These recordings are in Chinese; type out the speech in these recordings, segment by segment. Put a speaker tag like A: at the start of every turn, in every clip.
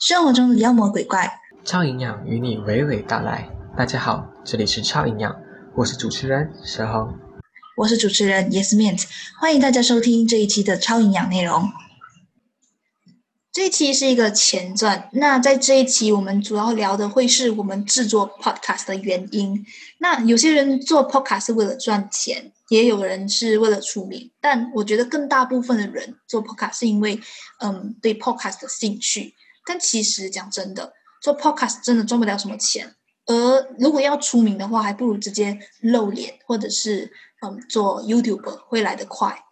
A: 生活中的妖魔鬼怪。
B: 超营养与你娓娓道来。大家好，这里是超营养，我是主持人佘红。
A: 我是主持人 Yes Mint，欢迎大家收听这一期的超营养内容。这一期是一个前传，那在这一期我们主要聊的会是我们制作 podcast 的原因。那有些人做 podcast 是为了赚钱，也有人是为了出名，但我觉得更大部分的人做 podcast 是因为嗯对 podcast 的兴趣。但其实讲真的，做 podcast 真的赚不了什么钱，而如果要出名的话，还不如直接露脸或者是嗯做 YouTuber 会来得快。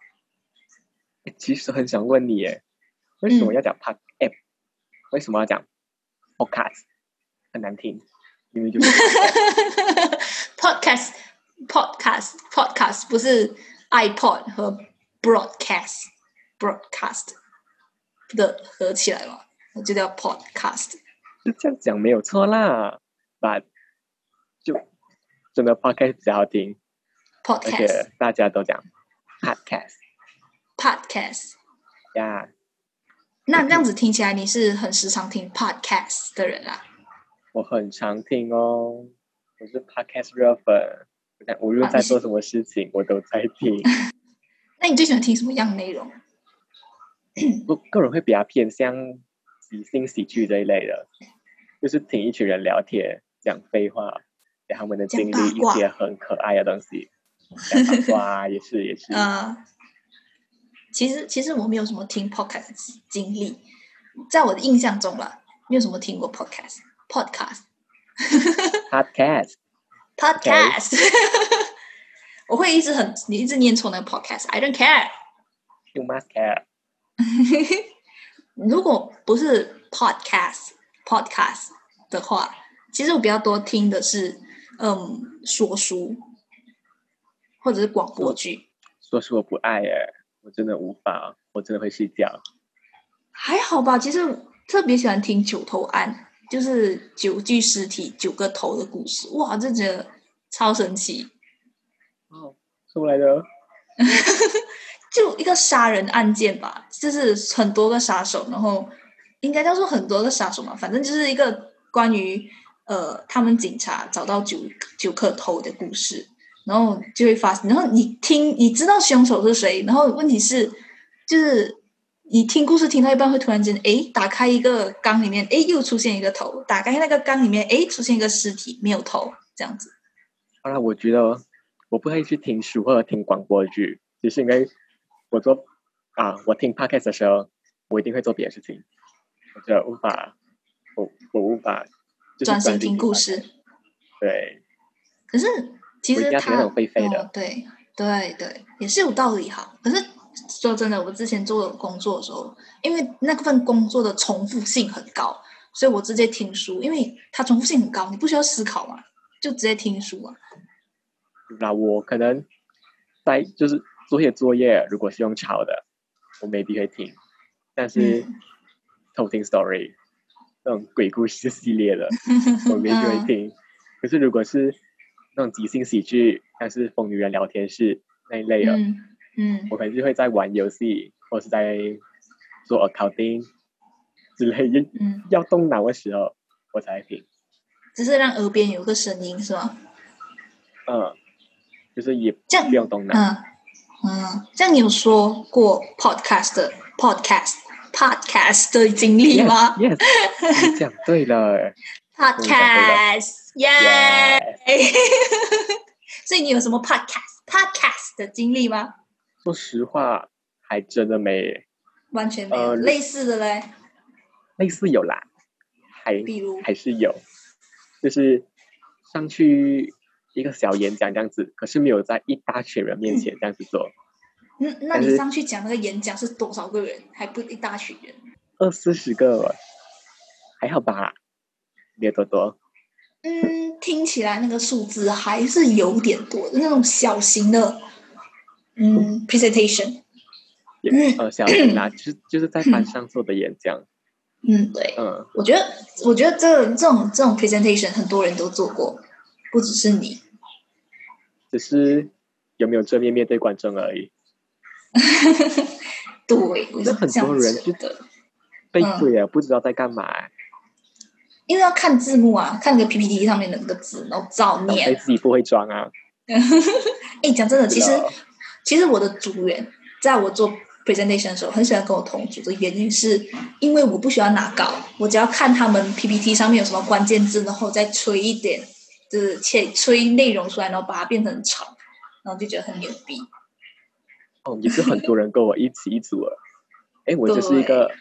B: 其实很想问你耶，为什么要讲 pod app？、为什么要讲 podcast？很难听，因为就是
A: podcast podcast podcast 不是 iPod 和 broadcast broadcast 的合起来嘛，那就叫 podcast。
B: 是这样讲没有错啦。But 就真的 podcast 比较好听，而
A: podcast
B: 且大家都讲 podcast
A: podcast。
B: 呀。
A: 那这样子听起来，你是很时常听 podcast 的人啊？
B: 我很常听哦，我是 podcast 热粉。我在无论
A: 啊
B: 在
A: 你是
B: 做什么事情，我都在听。
A: 那你最喜欢听什么样的内容？
B: 我个人会比较偏向即兴喜剧这一类的，就是听一群人聊天、讲废话，讲他们的
A: 讲
B: 经历
A: 八
B: 一
A: 卦
B: 些很可爱的东西，讲八卦啊也是也是。
A: 呃，其实其实我没有什么听 podcast 的经历，在我的印象中啦，没有什么听过 podcast podcast
B: Podcast
A: podcast 我会一直很你一直念错那个 podcast，I don't care。
B: You Must Care，
A: 如果不是 podcast podcast 的话，其实我比较多听的是嗯说书或者是广播剧。
B: 说是我不爱耶，我真的无法，我真的会睡觉。
A: 还好吧，其实特别喜欢听九头案，就是九具尸体九个头的故事，哇，这觉得超神奇。
B: 哦，出来的
A: 就一个杀人案件吧，就是很多个杀手，然后应该叫做很多个杀手嘛，反正就是一个关于呃他们警察找到九九颗头的故事，然后就会发生，然后你听你知道凶手是谁，然后问题是就是你听故事听到一半会突然间诶打开一个缸里面诶又出现一个头，打开那个缸里面诶出现一个尸体没有头这样子。
B: 当然，我觉得我不会去听书或者听广播剧，只是因为我做啊，我听 podcast 的时候，我一定会做别的事情，我觉得无法，我我无法就是
A: 专心
B: 注
A: 听故
B: podcast
A: 事。
B: 对，
A: 可是其
B: 我一
A: 实
B: 定要听
A: 他
B: 那种狒狒的
A: 哦，对对对，也是有道理哈。可是说真的，我之前做的工作的时候，因为那份工作的重复性很高，所以我直接听书，因为它重复性很高，你不需要思考嘛，就直接听书啊。
B: 那我可能在就是做些作业，如果是用抄的，我 maybe 会听，但是
A: 嗯
B: 偷听 story 那种鬼故事系列 的，我 maybe 会听。可是如果是那种即兴喜剧，像是疯女人聊天室那一类的，
A: 嗯嗯
B: 我可能就会在玩游戏，或是在做 accounting 之类要
A: 嗯，
B: 要动脑的时候，我才会听。
A: 只是让耳边有个声音是吗？
B: 嗯，就是也
A: 这样
B: 不用动脑。
A: 嗯嗯，这样你有说过 podcast 的 podcast podcast 的经历 吗
B: Yes, yes，你讲 对了
A: podcast，耶！
B: ，Yes。
A: 所以你有什么 podcast podcast 的经历吗？
B: 说实话，还真的没，
A: 完全没有，
B: 呃
A: 类似的嘞，
B: 类似有啦，还
A: 比如嗯
B: 还是有，就是上去一个小演讲这样子，可是没有在一大群人面前这样子做。
A: 嗯，那
B: 但
A: 你
B: 是
A: 上去讲那个演讲是多少个人？还不一大群人？
B: 二四十个，还好吧，没有多多。
A: 嗯，听起来那个数字还是有点多的，那种小型的，嗯，presentation，
B: 也
A: 嗯
B: 呃，小型啦，就是就是在班上做的演讲，
A: 嗯，对，
B: 嗯，
A: 我觉得，我觉得这这种这种 presentation 很多人都做过，不只是你。
B: 只是有没有正面面对观众而已。
A: 对，我
B: 那
A: 是
B: 很
A: 这样
B: 多人
A: 觉
B: 就
A: 得。
B: 被
A: 嗯
B: 鬼啊，不知道在干嘛、
A: 因为要看字幕啊，看那个 PPT 上面的那个字，然后照
B: 浪费
A: 念。
B: 自己不会装啊。
A: 哎，讲真的，其实
B: 是的
A: 其实我的组员在我做 presentation 的时候，很喜欢跟我同组的原因是，因为我不喜欢拿稿，我只要看他们 PPT 上面有什么关键字，然后再吹一点，就是切吹内容出来，然后把它变成长，然后就觉得很牛逼。
B: 哦，也是很多人跟我一起一组了。哎，我就是一个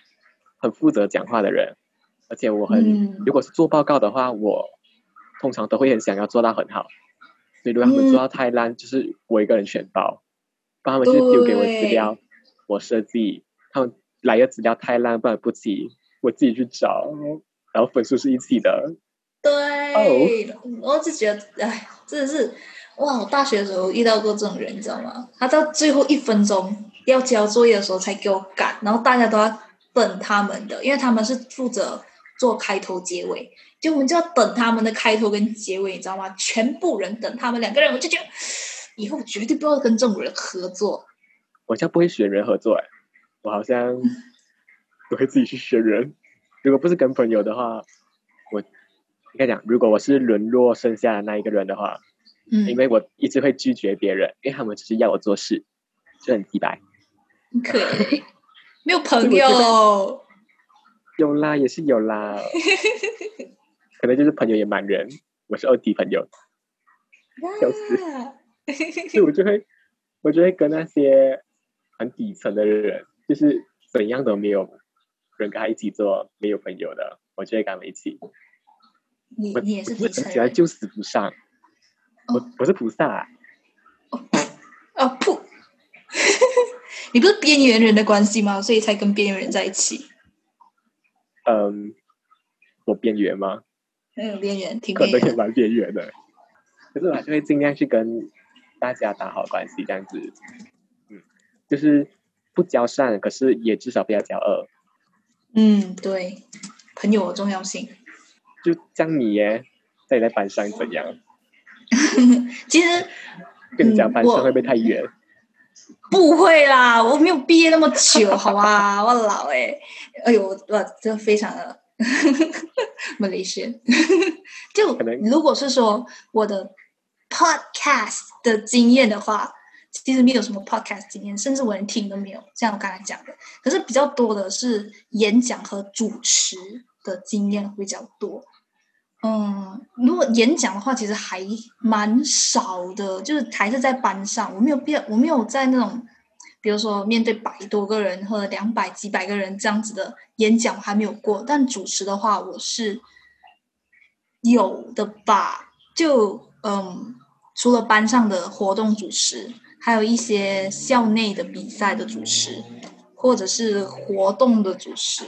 B: 很负责讲话的人，而且我很，
A: 嗯
B: 如果是做报告的话，我通常都会很想要做到很好。所以如果他们做到太烂，就是我一个人全包，不然他们就是丢给我资料，我设计，他们来的资料太烂，不然不及，我自己去找，然后分数是一起的。
A: 对，
B: 哦
A: 我就觉得，哎，真的是，哇！我大学的时候遇到过这种人，你知道吗？他到最后一分钟要交作业的时候才给我赶，然后大家都要等他们的，因为他们是负责做开头结尾，就我们就要等他们的开头跟结尾，你知道吗？全部人等他们两个人，我就觉得以后绝对不要跟这种人合作。
B: 我这样不会选人合作、欸，我好像不会自己去选人。如果不是跟朋友的话，我应该讲，如果我是沦落剩下的那一个人的话，
A: 嗯，
B: 因为我一直会拒绝别人，因为他们只是要我做事，就很鸡白。
A: 很可怜， 没有朋
B: 对我觉得
A: 友。
B: 有啦，也是有啦，可能就是朋友也蛮人，我是二 D 朋友，笑死
A: 啊
B: 所以我就会，我就会跟那些很底层的人，就是怎样都没有人跟他一起做，没有朋友的，我就会跟他们一起。
A: 你
B: 我
A: 你也是
B: 我
A: 底
B: 不
A: 层
B: 很喜欢
A: 人
B: 救死不上，我我是菩萨、啊，
A: 哦，噗！ 你不是边缘人的关系吗？所以才跟边缘人在一起。
B: 嗯，我边缘吗？
A: 嗯，边缘挺
B: 可
A: 边
B: 能也
A: 缘。
B: 蛮边缘的，可是我还是会尽量去跟大家打好关系，这样子，嗯，就是不交善，可是也至少不要交恶，
A: 嗯，对，朋友的重要性。
B: 就像你耶，在你在班上怎样？
A: 其实
B: 跟你讲
A: 嗯
B: 班上
A: 我
B: 会不会太远？
A: 不会啦，我没有毕业那么久，好吧， 我老哎、欸，哎呦，我这非常的 Malaysian。就
B: 可能
A: 如果是说我的 podcast 的经验的话，其实没有什么 podcast 经验，甚至我连听都没有。像我刚才讲的，可是比较多的是演讲和主持的经验会比较多。嗯，如果演讲的话，其实还蛮少的，就是还是在班上，我没有变，我没有在那种，比如说面对百多个人或者两百几百个人这样子的演讲，我还没有过。但主持的话，我是有的吧，就嗯，除了班上的活动主持，还有一些校内的比赛的主持，或者是活动的主持，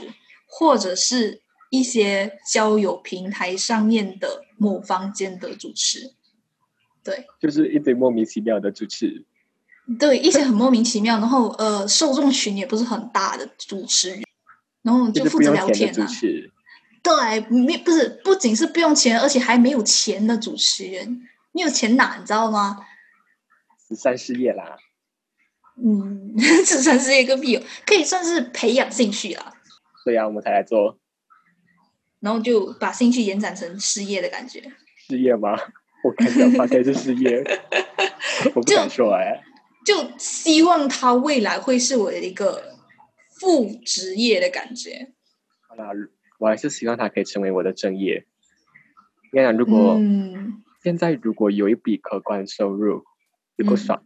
A: 或者是一些交友平台上面的某房间的主持，对
B: 就是一堆莫名其妙的主持，
A: 对，一些很莫名其妙，然后呃，受众群也不是很大的主持人，然后就
B: 就
A: 是负
B: 不
A: 责
B: 用
A: 聊
B: 钱
A: 天
B: 的主
A: 啊，
B: 持，
A: 对，没不是，不仅是不用钱，而且还没有钱的主持人，你有钱哪，你知道吗？
B: 慈善事业啦。
A: 嗯， 这算是一个必有，可以算是培养兴趣啦，
B: 对啊，我们才来做
A: 然后就把兴趣延展成事业的感觉。
B: 事业吗？ 我看讲发现是事业， 我不敢说哎、
A: 就希望它未来会是我的一个副职业的感觉。
B: 好啦，我还是希望他可以成为我的正业。应该讲，如果、
A: 嗯，
B: 现在如果有一笔可观收入，就够
A: 嗯
B: 爽。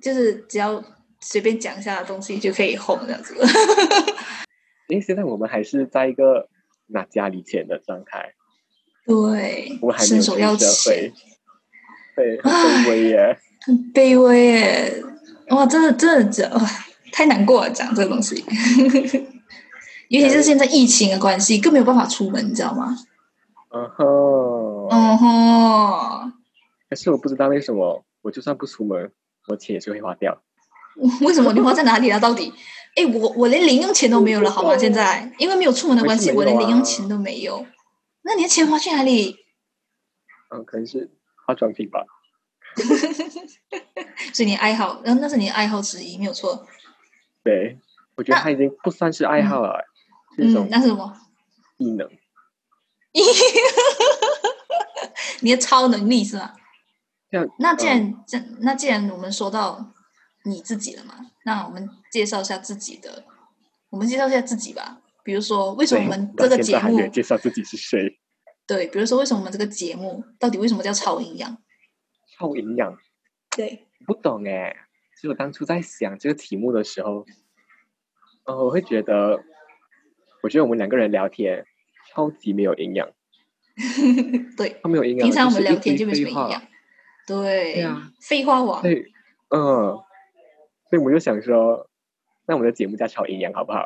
A: 就是只要随便讲一下的东西就可以红这 样子。
B: 因为现在我们还是在一个拿家里钱的状态，
A: 对
B: 我们，还没
A: 伸
B: 有
A: 手
B: 出
A: 要
B: 社
A: 钱
B: 会，，对，很卑微耶。
A: 很卑微耶！哇，真的真的这哇太难过了，讲这个东西。 尤其是现在疫情的关系，更没有办法出门，你知道吗？
B: 嗯哼，
A: 嗯哼，
B: 可是我不知道为什么，我就算不出门，我钱也是会花掉。
A: 为什么你花在哪里啊？到底？哎，我我连零用钱都没有了，好吗？现在因为没有出门的关系，
B: 我
A: 我
B: 也是没有啊
A: 连零用钱都没有。那你的钱花去哪里？
B: 嗯，可能是化妆品吧。
A: 是你的爱好，嗯，那是你的爱好之一，没有错。
B: 对，我觉得
A: 那
B: 它已经不算是爱好了，是一
A: 嗯
B: 种，
A: 那是什么？
B: 技能。
A: 你的超能力是吧？
B: 这样
A: 那既然这、那既然我们说到你自己了嘛，那我们介绍一下自己的，我们介绍一下自己吧。比如说，为什么我们这
B: 到
A: 个
B: 现
A: 节
B: 在还
A: 目
B: 没有介绍自己是谁，
A: 对？比如说，为什么我们这个节目到底为什么叫超营养？
B: 超营养，
A: 对，
B: 不懂哎。其实我当初在想这个题目的时候，呃，我会觉得，我觉得我们两个人聊天超级没有营养，
A: 对，
B: 超没有营养。
A: 平常我们
B: 是一
A: 聊天
B: 堆
A: 就没什么
B: 废话
A: 营养。对，
B: 对啊
A: 废话王，
B: 对，嗯，所以我就想说，那我们的节目叫超营养好不好？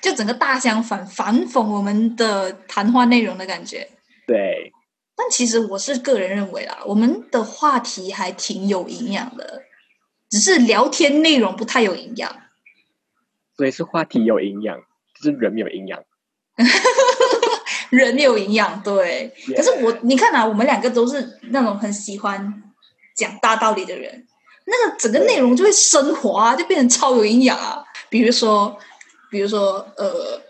A: 就整个大相反，反讽我们的谈话内容的感觉。
B: 对，
A: 但其实我是个人认为啦，我们的话题还挺有营养的，只是聊天内容不太有营养。
B: 所以是话题有营养，就是人没有营养。
A: 人有营养，对。
B: Yeah
A: 可是我，你看啊，我们两个都是那种很喜欢讲大道理的人，那个整个内容就会升华、啊，就变成超有营养啊。比如说，比如说，呃，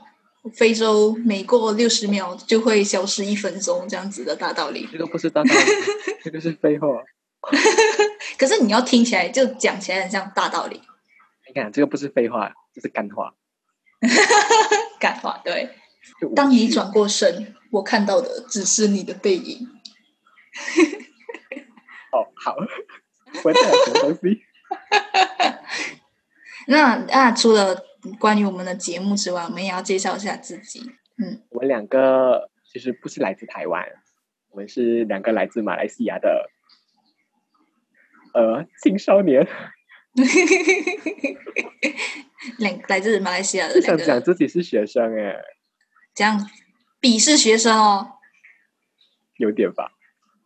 A: 非洲每过六十秒就会消失一分钟这样子的大道理。
B: 这个不是 大道理，这个是废话。
A: 可是你要听起来就讲起来很像大道理，
B: 你看，这个不是废话，这是干话。
A: 感化对。
B: 就无
A: 当你
B: 趣
A: 转过身，我看到的只是你的背影。
B: 哦，好， 我在讲什么东西？
A: 那那除了关于我们的节目之外，我们也要介绍一下自己。
B: 我们两个其实不是来自台湾，我们是两个来自马来西亚的呃青少年，
A: 两来自马来西亚的
B: 不想
A: 两
B: 讲
A: 个，
B: 自己是学生哎，
A: 这样鄙视学生哦。
B: 有点吧，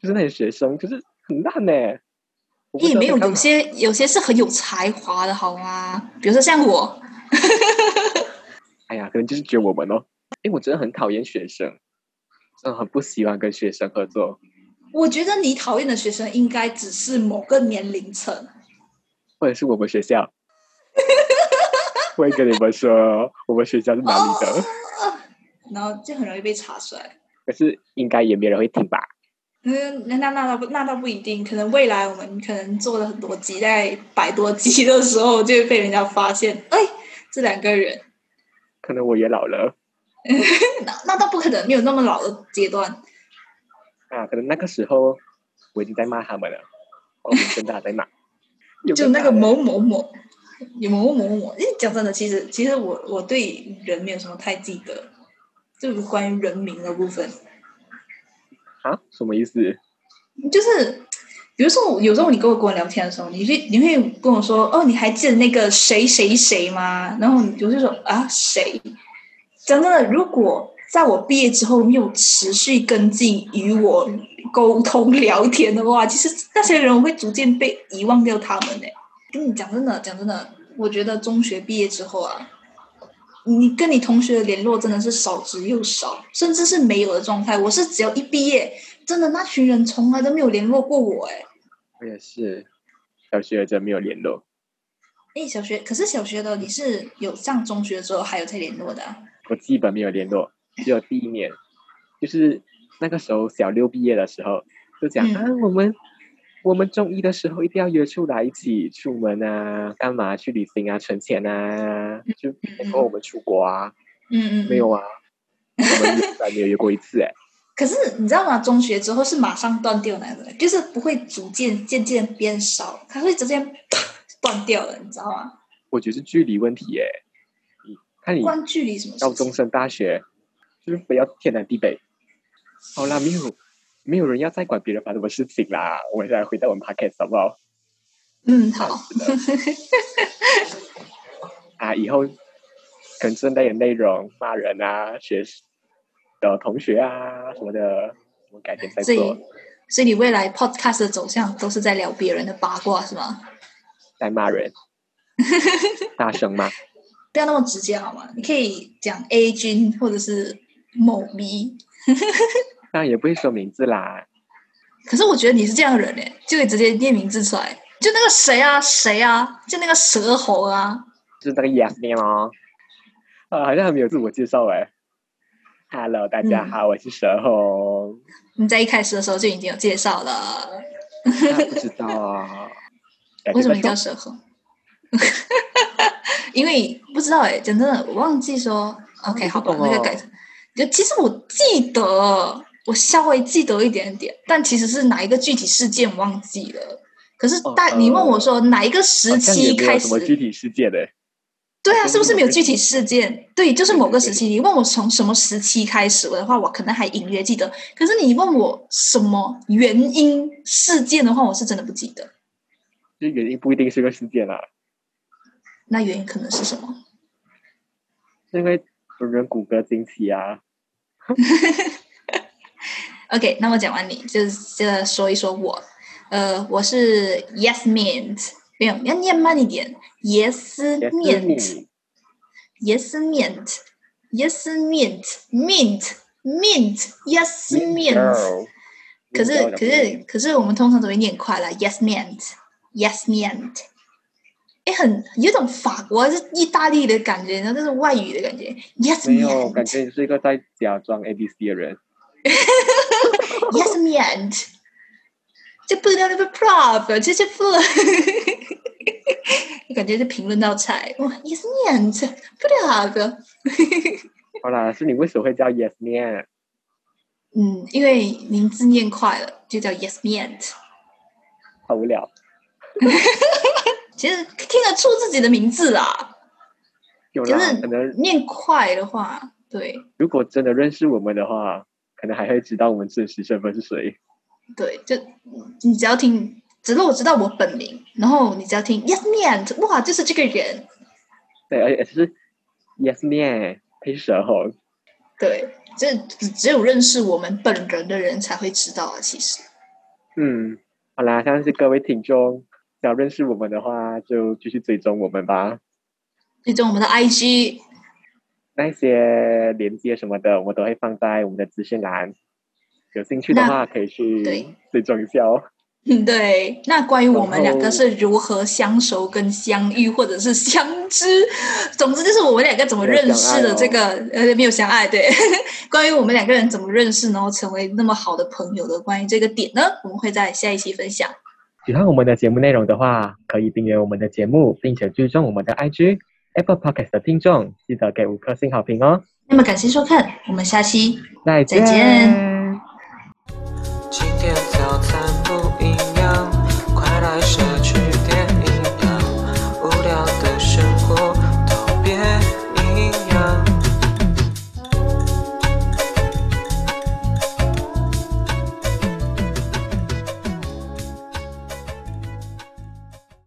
B: 就是那些学生就是很烂哎。我不知
A: 也
B: 道
A: 没有
B: 在干
A: 有
B: 嘛
A: 些有些是很有才华的好吗？比如说像我，
B: 哎呀，可能就是觉得我们哦，因为我真的很讨厌学生，真的很不喜欢跟学生合作，
A: 我觉得你讨厌的学生应该只是某个年龄层。
B: 或者是我们学校。我会跟你们说，我们学校是哪里
A: 哦
B: 的，
A: 然后就很容易被查出来。
B: 可是应该也没人会听吧？
A: 嗯，那那那倒不那倒不一定，可能未来我们可能做了很多集，在百多集的时候就会被人家发现，哎，这两个人，
B: 可能我也老了
A: 那那倒不可能，没有那么老的阶段。
B: 啊，可能那个时候我已经在骂他们了，我们真的还在 骂，有
A: 就那个
B: 没有打人
A: 某某某，有某某某，因为讲真的，其实其实我我对人没有什么太记得，就是关于人名的部分，
B: 啊，什么意思？
A: 就是比如说我有时候你跟我跟我聊天的时候，你会你会跟我说哦，你还记得那个谁谁谁吗？然后我就说啊谁？讲真的，如果在我毕业之后你有持续跟进与我沟通聊天的话， 其实那些人我会逐渐被遗忘掉他们呢、跟你讲真的，讲真的，我觉得中学毕业之后啊，你跟你同学的联络真的是少之又少，甚至是没有的状态。我是只要一毕业，真的那群人从来都没有联络过我、欸诶。
B: 我也是，小学真没有联络，
A: 哎，小学可是小学的你是有上中学之后还有在联络的、啊，
B: 我基本没有联络，只有第一年，就是那个时候小六毕业的时候，就讲、
A: 嗯
B: 啊，我们我们中一的时候一定要约出来一起出门啊，干嘛去旅行啊，存钱啊，就
A: 嗯
B: 然后我们出国啊，
A: 嗯嗯，
B: 没。有啊，我们约出来没有约过一次哎、
A: 可是你知道吗？中学之后是马上断掉那个，就是不会逐渐渐渐变少，它会直接啪断掉了，你知道吗？
B: 我觉得是距离问题耶。欸你看你
A: 关距离什么事情？
B: 高中升大学，就是不要天南地北。好啦，没有没有人要再管别人发生什么事情啦。我们现在回到我们 podcast 好不好？
A: 嗯，
B: 这样
A: 好，
B: 子的 啊，以后可能这类的内容，骂人啊，学的同学啊什么的，我们改天再
A: 所以
B: 做，
A: 所以你未来 podcast 的走向都是在聊别人的八卦是吗？
B: 再 骂人，大声骂。
A: 不要那么直接好吗？你可以讲 A 君或者是某 B，
B: 当然也不会说名字啦，
A: 可是我觉得你是这样的人哎，就会直接念名字出来，就那个谁啊谁啊，就那个蛇猴啊，
B: 就是那个 yes name 哦。啊，好像还没有自我介绍哎、 Hello，大
A: 嗯
B: 家好，我是蛇红。
A: 你在一开始的时候就已经有介绍了，
B: 啊不知道啊，改
A: 为
B: 天
A: 什
B: 再
A: 么你
B: 说
A: 叫蛇红？ 因为不知道哎、讲真的，我忘记说。OK，
B: 你不
A: 好吧，
B: 懂
A: 那个
B: 哦
A: 改。就其实我记得，我稍微记得一点点，但其实是哪一个具体事件我忘记了。可是
B: 哦
A: 大，你问我
B: 呃
A: 说哪一个时
B: 好像也
A: 期
B: 没有
A: 开
B: 什
A: 始？
B: 么具体事件的，
A: 对啊，
B: 就是
A: 不是
B: 是
A: 没有
B: 某个
A: 具体事件？对，就是
B: 对
A: 某
B: 对
A: 个
B: 对
A: 时期。你问我从什么时期开始的话，我可能还隐约记得。可是你问我什么原因事件的话，我是真的不记得。
B: 这原因不一定是个事件啦，
A: 那原因可能是什么？
B: 是因为本人骨骼惊奇啊。
A: OK，那我讲完你，就是就说一说我，呃，我是 Yes Mint，没有要念慢一点，Yes
B: 也是
A: Mint，Yes
B: 你
A: Mint，Yes Mint，Mint，Mint，Yes
B: mean
A: Mint。
B: girl
A: 可
B: Mean
A: 是
B: girl 的
A: 可
B: 不
A: 是
B: 一
A: 可是我们通常都会念快了，Yes Mint，Yes Mint。哎，很有一种法国还是意大利的感觉，然后这是外语的感觉，Yes
B: 没有，感
A: Mint。
B: 觉你是一个在假装 A B C 的人。
A: Yes, meant. 这不了那个 prof，这这不， 我感觉是评论到菜哇，Yes, meant. 不了啊个，
B: 好啦，是你为什么会叫 Yes Man？
A: 嗯，因为名字念快了，就叫 Yes, meant。
B: 好无聊，
A: 其实听得出自己的名字啦，
B: 有
A: 就
B: 啦
A: 是，
B: 可能
A: 念快的话，对
B: 如果真的认识我们的话，可能还会知道我们真实身份是谁。
A: 对，就你只要听，只是我知道我本名，然后你只要听 Yes, meant，哇，就是这个人，
B: 对，而且是 Yes Man 配蛇红，
A: 对，这只只有认识我们本人的人才会知道啊，其实。
B: 嗯，好啦，相信各位听众想认识我们的话，就继续追踪我们吧。
A: 追踪我们的 IG，
B: 那些链接什么的，我们都会放在我们的资讯栏。有兴趣的
A: 那
B: 话，可以去
A: 对
B: 追踪一下哦。
A: 嗯， 对。那关于我们两个
B: 然后
A: 是如何相熟、跟相遇，或者是相知， 总之就是我们两个怎么认识的这个，呃，没有相爱。对， 关于我们两个人怎么认识，然后成为那么好的朋友的，关于这个点呢，我们会在下一期分享。
B: 喜欢我们的节目内容的话，可以订阅我们的节目，并且追踪我们的 IG。Apple Podcast 的听众记得给五颗星好评哦！
A: 那么感谢收看，我们下期
B: 再
A: 再
B: 见。
A: 见
C: 七点早餐